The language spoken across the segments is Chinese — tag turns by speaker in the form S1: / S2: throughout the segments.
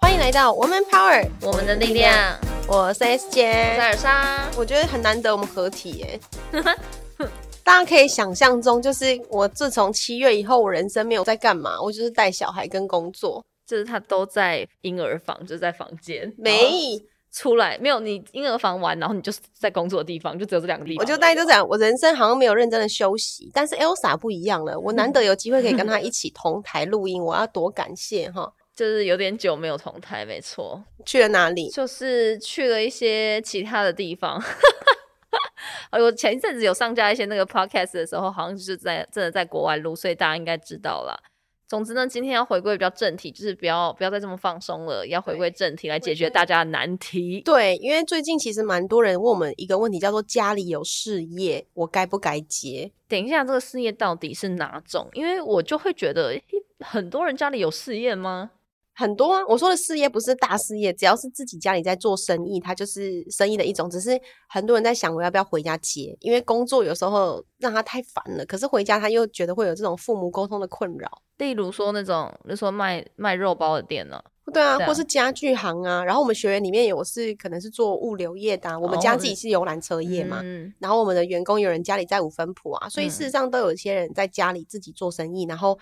S1: 欢迎来到 Woman Power，
S2: 我们的力量，
S1: 我是 S
S2: 我是
S1: 姐。
S2: 尔莎，
S1: 我觉得很难得我们合体耶。 大家可以想象中，就是我自从七月以后，我人生没有在干嘛，我就是带小孩跟工作。
S2: 就是他都在婴儿房，就是在房间，然后
S1: 没，
S2: 出来没有？你婴儿房玩，然后你就是在工作的地方，就只有这两个地
S1: 我
S2: 方。
S1: 就带就这样，我人生好像没有认真的休息。但是 Elsa 不一样了，我难得有机会可以跟她一起同台录音，我要多感谢 哈。
S2: 就是有点久没有同台，没错，
S1: 去了哪里？
S2: 就是去了一些其他的地方。 哎，我前一阵子有上架一些那个 podcast 的时候，好像就是在真的在国外录，所以大家应该知道啦。总之呢，今天要回归比较正题，就是不要不要再这么放松了，要回归正题来解决大家的难题。
S1: 对，因为最近其实蛮多人问我们一个问题，叫做家里有事业，我该不该接？
S2: 等一下，这个事业到底是哪种？因为我就会觉得，诶很多人家里有事业吗？
S1: 很多啊，我说的事业不是大事业，只要是自己家里在做生意，它就是生意的一种。只是很多人在想，我要不要回家接？因为工作有时候让他太烦了，可是回家他又觉得会有这种父母沟通的困扰。
S2: 例如说那种，就说卖卖肉包的店呢、
S1: 对啊，
S2: 对啊
S1: 或是家具行啊，然后我们学员里面有是可能是做物流业的啊、我们家自己是游览车业嘛，
S2: 哦嗯，
S1: 然后我们的员工有人家里在五分埔啊，所以
S2: 嗯
S1: 事实上都有一些人在家里自己做生意，然后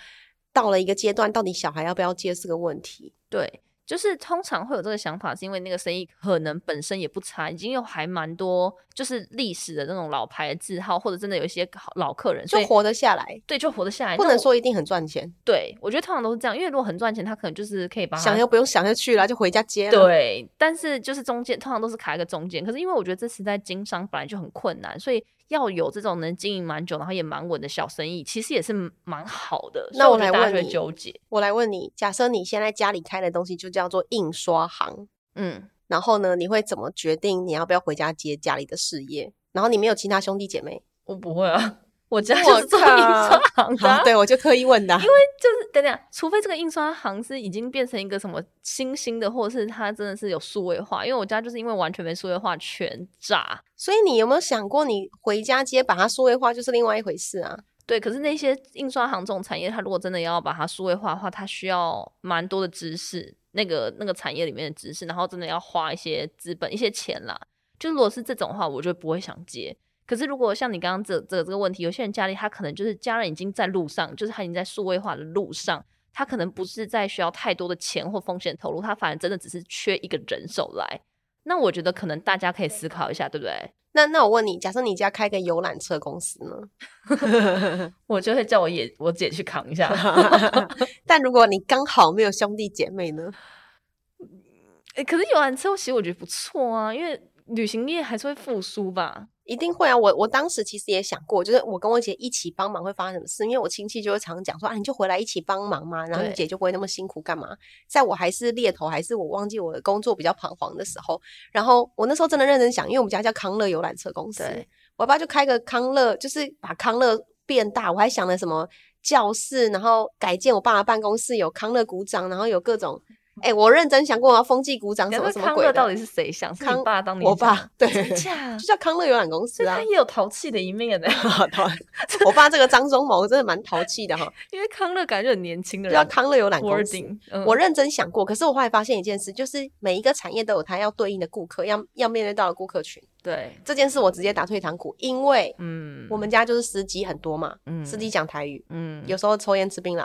S1: 到了一个阶段，到底小孩要不要接是个问题。
S2: 对，就是通常会有这个想法，是因为那个生意可能本身也不差，已经有还蛮多就是历史的那种老牌字号，或者真的有一些好老客人，所
S1: 就
S2: 以
S1: 活得下来，
S2: 对就活得下来。
S1: 不
S2: 那
S1: 能
S2: 我
S1: 说一定很赚钱，
S2: 对，我觉得通常都是这样，因为如果很赚钱，他可能就是可以把它
S1: 想要不用想下去了，就回家接了。，
S2: 啊对，但是就是中间通常都是卡一个中间，可是因为我觉得这次在经商本来就很困难，所以要有这种能经营蛮久，然后也蛮稳的小生意，其实也是蛮好的。所以
S1: 那我
S2: 觉
S1: 来
S2: 得大家
S1: 问
S2: 就会
S1: 你
S2: 纠结，
S1: 我来问你，假设你现在家里开的东西就叫做印刷行，
S2: 嗯，
S1: 然后呢，你会怎么决定你要不要回家接家里的事业？然后你没有其他兄弟姐妹？
S2: 我不会啊，我家
S1: 我
S2: 就是做印刷行的啊、
S1: 好，对我就刻意问的啊、因为
S2: 就是等等，除非这个印刷行是已经变成一个什么新兴的，或者是它真的是有数位化，因为我家就是因为完全没数位化全炸。
S1: 所以你有没有想过，你回家接把它数位化就是另外一回事啊？
S2: 对，可是那些印刷行这种产业，它如果真的要把它数位化的话，它需要蛮多的知识，那个那个产业里面的知识，然后真的要花一些资本、一些钱啦。就如果是这种的话，我就不会想接。可是如果像你刚刚这这这个问题，有些人家里他可能就是家人已经在路上，就是他已经在数位化的路上，他可能不是在需要太多的钱或风险投入，他反而真的只是缺一个人手来。那我觉得可能大家可以思考一下，对不对？
S1: 那那我问你，假设你家开个游览车公司呢？
S2: 我就会叫我姐我姐去扛一下
S1: 但如果你刚好没有兄弟姐妹呢？
S2: 欸，可是游览车其实我觉得不错啊，因为旅行业还是会复苏吧。
S1: 一定会啊！我我当时其实也想过，就是我跟我姐一起帮忙会发生什么事，因为我亲戚就会常讲说啊，你就回来一起帮忙嘛，然后你
S2: 对
S1: 姐就不会那么辛苦干嘛？在我还是猎头，还是我忘记我的工作比较彷徨的时候，然后我那时候真的认真想，因为我们家叫康乐游览车公司，
S2: 对
S1: 我要不要就开个康乐，就是把康乐变大？我还想了什么教室，然后改建我爸爸办公室有康乐鼓掌，然后有各种，哎、我认真想过我要风纪鼓掌
S2: 你
S1: 什么
S2: 看
S1: 什
S2: 这
S1: 么
S2: 康
S1: 鬼
S2: 乐
S1: 的，
S2: 到嗯底是谁想？是
S1: 康
S2: 你爸当年
S1: 我
S2: 想
S1: 爸啊对，
S2: 真
S1: 就
S2: 假？
S1: 叫康乐游览公司
S2: 所以
S1: 啊
S2: 他。也有淘气的一面呢、
S1: 我爸这个张忠谋真的蛮淘气 的哈，
S2: 因为康乐感觉很年轻的
S1: 就
S2: 人
S1: 叫康乐游览公司。
S2: ，boarding，、嗯、
S1: 我认真想过，可是我后来发现一件事，就是每一个产业都有它要对应的顾客，要要面对到的顾客群。
S2: 嗯对，
S1: 这件事我直接打退堂鼓，因为
S2: 嗯，
S1: 我们家就是司机很多嘛，
S2: 嗯
S1: 司机，讲台语，
S2: 嗯，
S1: 有时候抽烟吃槟榔，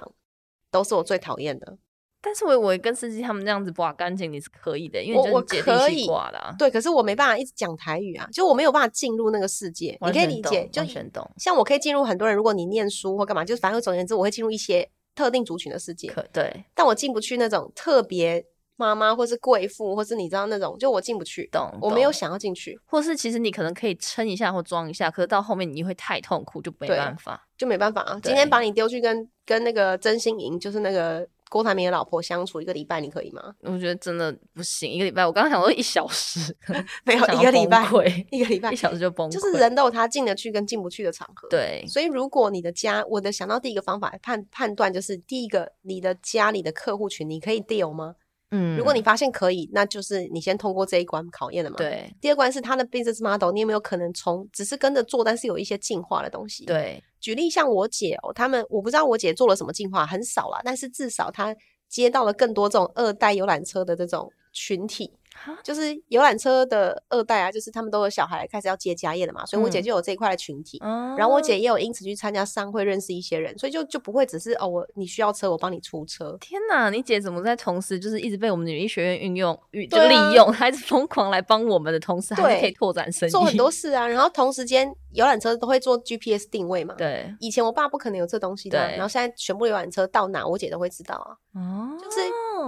S1: 都是我最讨厌的。
S2: 但是我我跟司机他们这样子刮干净，你是可以的，因为
S1: 我
S2: 你
S1: 我
S2: 就是姐
S1: 可
S2: 弟
S1: 以
S2: 戏挂的、啊，
S1: 对，可是我没办法一直讲台语啊，就我没有办法进入那个世界。你
S2: 完
S1: 可以
S2: 全
S1: 理
S2: 懂
S1: 解，就
S2: 完全懂，
S1: 像我可以进入很多人，如果你念书或干嘛，就反正总而言之，我会进入一些特定族群的世界。
S2: 可对，
S1: 但我进不去那种特别妈妈或是贵妇，或是你知道那种，就我进不去，
S2: 懂，
S1: 我没有
S2: 懂，
S1: 想要进去，
S2: 或是其实你可能可以撑一下或装一下，可是到后面你会太痛苦，就没
S1: 对
S2: 办法。
S1: 就没办法啊。
S2: 对
S1: 今天把你丢去跟跟那个真心营，就是那个郭台铭的老婆相处一个礼拜，你可以吗？
S2: 我觉得真的不行，一个礼拜，我刚刚想说一小时，可能
S1: 没有
S2: 想
S1: 哎一个
S2: 要
S1: 礼拜
S2: 崩，溃
S1: 一个礼拜
S2: 一，小时就崩溃，
S1: 就是人都有他进得去跟进不去的场合。。
S2: 对
S1: 所以，如果你的家，我的想到第一个方法判判断就是，第一个，你的家里的客户群，你可以 deal 吗？
S2: 嗯
S1: 如果你发现可以，那就是你先通过这一关考验了嘛。。
S2: 对
S1: 第二关是它的 business model，你有没有可能从只是跟着做，但是有一些进化的东西？。
S2: 对
S1: 举例像我姐哦，他们我不知道我姐做了什么进化，很少啦，但是至少她接到了更多这种二代游览车的这种群体
S2: 哈，
S1: 就是游览车的二代啊，就是他们都有小孩开始要接家业了嘛，所以我姐
S2: 嗯
S1: 就有这一块的群体。
S2: 嗯
S1: 然后我姐也有因此去参加商会，认识一些人，所以就就不会只是哦，我你需要车，我帮你出车。
S2: 天哪，你姐怎么在同时就是一直被我们女医学院运用、与就
S1: 对
S2: 利
S1: 啊
S2: 用，还是疯狂来帮我们的同时，还是可
S1: 对
S2: 以拓展生意，
S1: 做很多事啊，然后同时间游览车都会做 GPS 定位嘛。
S2: 对
S1: 以前我爸不可能有这东西的啊、
S2: 对
S1: 然后现在全部游览车到哪，我姐都会知道啊。
S2: 哦，
S1: 就是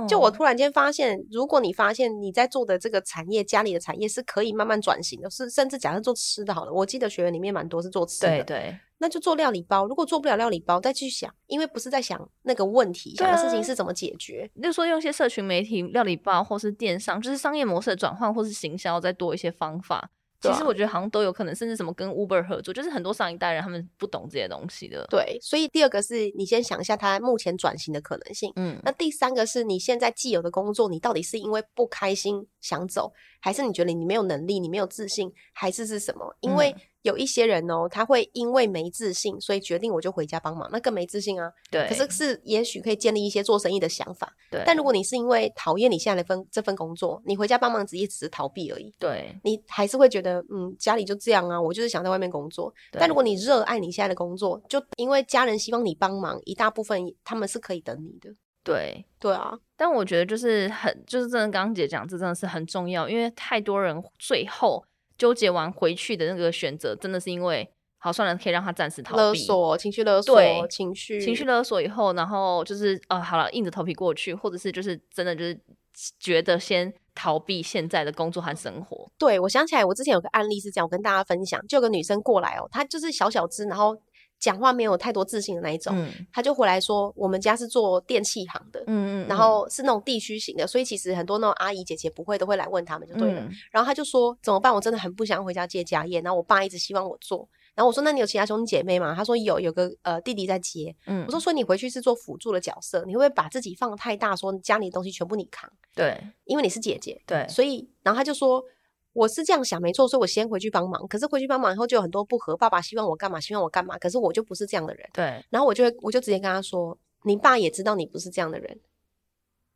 S1: 就我突然间发现，如果你发现你在做的这个产业，家里的产业是可以慢慢转型的，是甚至假设做吃的好了，我记得学员里面蛮多是做吃的，
S2: 对对
S1: 那就做料理包。如果做不了料理包，再去想，因为不是在想那个问题，
S2: 对
S1: 想的事
S2: 啊
S1: 情是怎么解决。
S2: 例如说用一些社群媒体、料理包或是电商，就是商业模式的转换或是行销，再多一些方法。
S1: 对
S2: 其
S1: 啊
S2: 实我觉得好像都有可能，甚至什么跟 Uber 合作，就是很多上一代人他们不懂这些东西的。
S1: 对，所以第二个是你先想一下它目前转型的可能性。
S2: 嗯，
S1: 那第三个是你现在既有的工作，你到底是因为不开心想走，还是你觉得你没有能力、你没有自信，还是是什么？因为
S2: 嗯
S1: 有一些人哦，他会因为没自信，所以决定我就回家帮忙，那更没自信啊。
S2: 对。
S1: 可是是也许可以建立一些做生意的想法，
S2: 对，
S1: 但如果你是因为讨厌你现在的份这份工作，你回家帮忙只也只是逃避而已。
S2: 对，
S1: 你还是会觉得，嗯，家里就这样啊，我就是想在外面工作。但如
S2: 对
S1: 果你热爱你现在的工作，就因为家人希望你帮忙，一大部分他们是可以等你的。
S2: 对
S1: 对啊，
S2: 但我觉得就是很，就是真的，刚刚姐讲，这真的是很重要，因为太多人最后纠结完回去的那个选择，真的是因为好算了，可以让他暂时逃避，
S1: 勒索、情绪勒索
S2: 对、
S1: 情绪、
S2: 情绪勒索以后，然后就是呃，好了，硬着头皮过去，或者是就是真的就是觉得先逃避现在的工作和生活，
S1: 对我想起来，我之前有个案例是这样，我跟大家分享，就有个女生过来哦，她就是小小只，然后讲话没有太多自信的那一种，
S2: 嗯
S1: 她就回来说，我们家是做电器行的。
S2: 嗯
S1: 然后是那种地区型的，所以其实很多那种阿姨姐姐不会都会来问他们就对了。
S2: 嗯
S1: 然后她就说怎么办？我真的很不想回家接家业。然后我爸一直希望我做。然后我说那你有其他兄弟姐妹吗？她说有，有个呃弟弟在接。
S2: 嗯
S1: 我说所以你回去是做辅助的角色，你会不会把自己放得太大，说家里的东西全部你扛，
S2: 对
S1: 因为你是姐姐。
S2: 对
S1: 所以，然后他就说，我是这样想没错，所以我先回去帮忙。可是回去帮忙以后就有很多不和，爸爸希望我干嘛，希望我干嘛，可是我就不是这样的人。
S2: 对
S1: 然后我就会我就直接跟他说，你爸也知道你不是这样的人，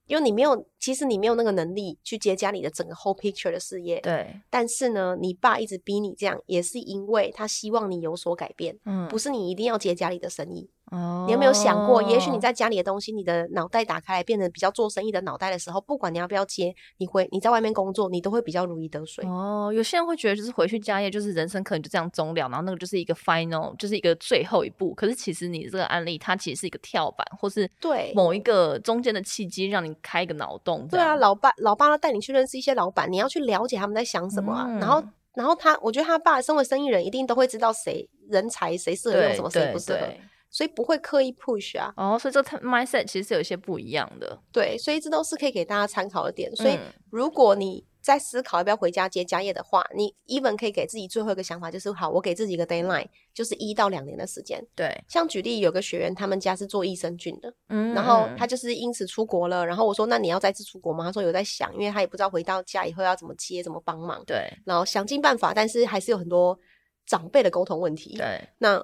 S1: 因为你没有，其实你没有那个能力去接家里的整个 whole picture 的事业。
S2: 对，
S1: 但是呢，你爸一直逼你这样，也是因为他希望你有所改变，
S2: 嗯
S1: 不是你一定要接家里的生意。
S2: 哦
S1: 你有没有想过，也许你在家里的东西，你的脑袋打开来变成比较做生意的脑袋的时候，不管你要不要接，你会你在外面工作，你都会比较如鱼得水。
S2: 哦，有些人会觉得就是回去家业，就是人生可能就这样终了，然后那个就是一个 final，就是一个最后一步。可是其实你这个案例，它其实是一个跳板，或是
S1: 对
S2: 某一个中间的契机，让你开一个脑洞这
S1: 对啊，
S2: 样。
S1: 老爸老爸他带你去认识一些老板，你要去了解他们在想什么啊。然后
S2: 嗯
S1: 然后他，我觉得他爸身为生意人，一定都会知道谁人才谁适合用什么，谁
S2: 对
S1: 不适合，
S2: 对。
S1: 所以不会刻意 push 啊。
S2: 哦，所以这个 mindset 其实是有一些不一样的。
S1: 对，所以这都是可以给大家参考的点。所以
S2: 嗯
S1: 如果你在思考要不要回家接家业的话，你 even 可以给自己最后一个想法，就是好，我给自己一个 deadline，就是一到两年的时间。
S2: 对，
S1: 像举例，有个学员，他们家是做益生菌的，
S2: 嗯
S1: 然后
S2: 嗯
S1: 他就是因此出国了。然后我说：“那你要再次出国吗？”他说：“有在想，因为他也不知道回到家以后要怎么接、怎么帮忙，
S2: 对
S1: 然后想尽办法，但是还是有很多长辈的沟通问题。
S2: 对
S1: 那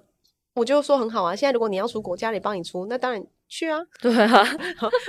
S1: 我就说很好啊，现在如果你要出国，家里帮你出，那当然去啊，
S2: 对啊，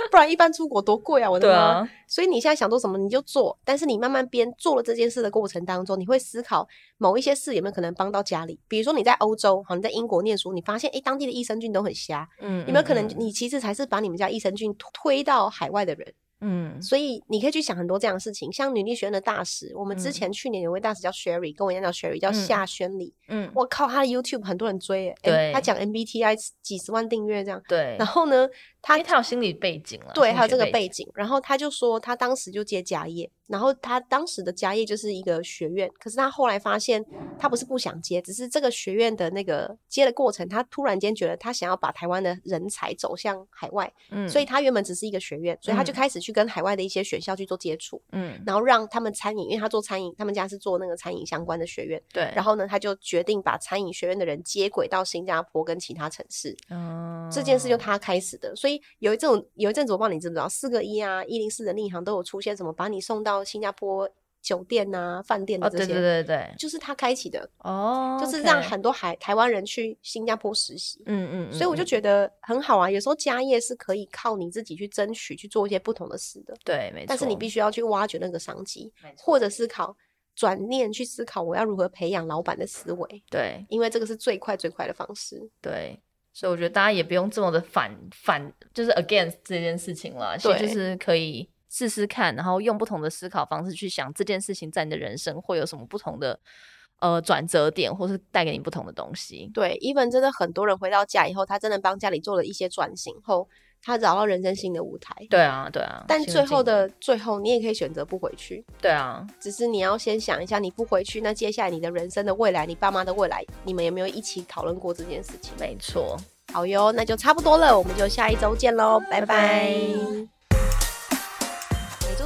S1: 不然一般出国多贵啊！我的
S2: 对
S1: 妈！
S2: 啊，
S1: 所以你现在想做什么你就做，但是你慢慢边做了这件事的过程当中，你会思考某一些事有没有可能帮到家里。比如说你在欧洲，好，你在英国念书，你发现诶当地的益生菌都很瞎，
S2: 嗯
S1: 有没有可能
S2: 嗯
S1: 你其实才是把你们家益生菌推推到海外的人？
S2: 嗯
S1: 所以你可以去想很多这样的事情，像女力学院的大使，我们
S2: 嗯
S1: 之前去年有位大使叫 Sherry，跟我一样叫 Sherry，叫
S2: 嗯
S1: 夏宣礼，
S2: 嗯
S1: 我靠，她的 YouTube 很多人追、欸，
S2: 对
S1: 她讲 MBTI 几十万订阅这样，
S2: 对，
S1: 然后呢，她
S2: 因为他有心理背景了，
S1: 对，
S2: 心
S1: 还有
S2: 理
S1: 这个
S2: 背
S1: 背景。然后他就说，他当时就接家业，然后他当时的家业就是一个学院，可是他后来发现他不是不想接，只是这个学院的那个接的过程，他突然间觉得他想要把台湾的人才走向海外，
S2: 嗯，
S1: 所以他原本只是一个学院，所以他就
S2: 嗯
S1: 开始去跟海外的一些学校去做接触，
S2: 嗯，
S1: 然后让他们餐饮，因为他做餐饮，他们家是做那个餐饮相关的学院，
S2: 对，
S1: 然后呢，他就决定把餐饮学院的人接轨到新加坡跟其他城市。
S2: 嗯
S1: 这件事就他开始的，所以有一阵有一阵子，我不知道你知不知道，四个一啊，一零四的另一行都有出现什么把你送到新加坡酒店啊、饭店
S2: 哦，
S1: 的这
S2: 对
S1: 些，
S2: 对对对，
S1: 就是他开启的，
S2: 哦，
S1: 就是
S2: OK
S1: 让很多海台湾人去新加坡实习。
S2: 嗯嗯，嗯
S1: 所以我就
S2: 嗯
S1: 觉得很好啊，有时候家业是可以靠你自己去争取去做一些不同的事的，
S2: 对，没错，
S1: 但是你必
S2: 须
S1: 须要去挖掘那个商机，或者思考转念去思考我要如何培养老板的思维，
S2: 对
S1: 因为这个是最快最快的方式。
S2: 对，所以我觉得大家也不用这么的反反，就是 against 这件事情了，所以就
S1: 对
S2: 是可以试试看，然后用不同的思考方式去想这件事情在你的人生会有什么不同的呃转折点，或是带给你不同的东西。
S1: 对，even 真的很多人回到家以后，他真的帮家里做了一些转型后，他找到人生新的舞台。
S2: 对啊，对啊，
S1: 但
S2: 新
S1: 最
S2: 境
S1: 后
S2: 界
S1: 的最后，你也可以选择不回去，
S2: 对啊，
S1: 只是你要先想一下，你不回去，那接下来你的人生的未来，你爸妈的未来，你们有没有一起讨论过这件事情？
S2: 没错。
S1: 好哟，那就差不多了，我们就下一周见喽，拜拜
S2: 拜拜。
S1: 每周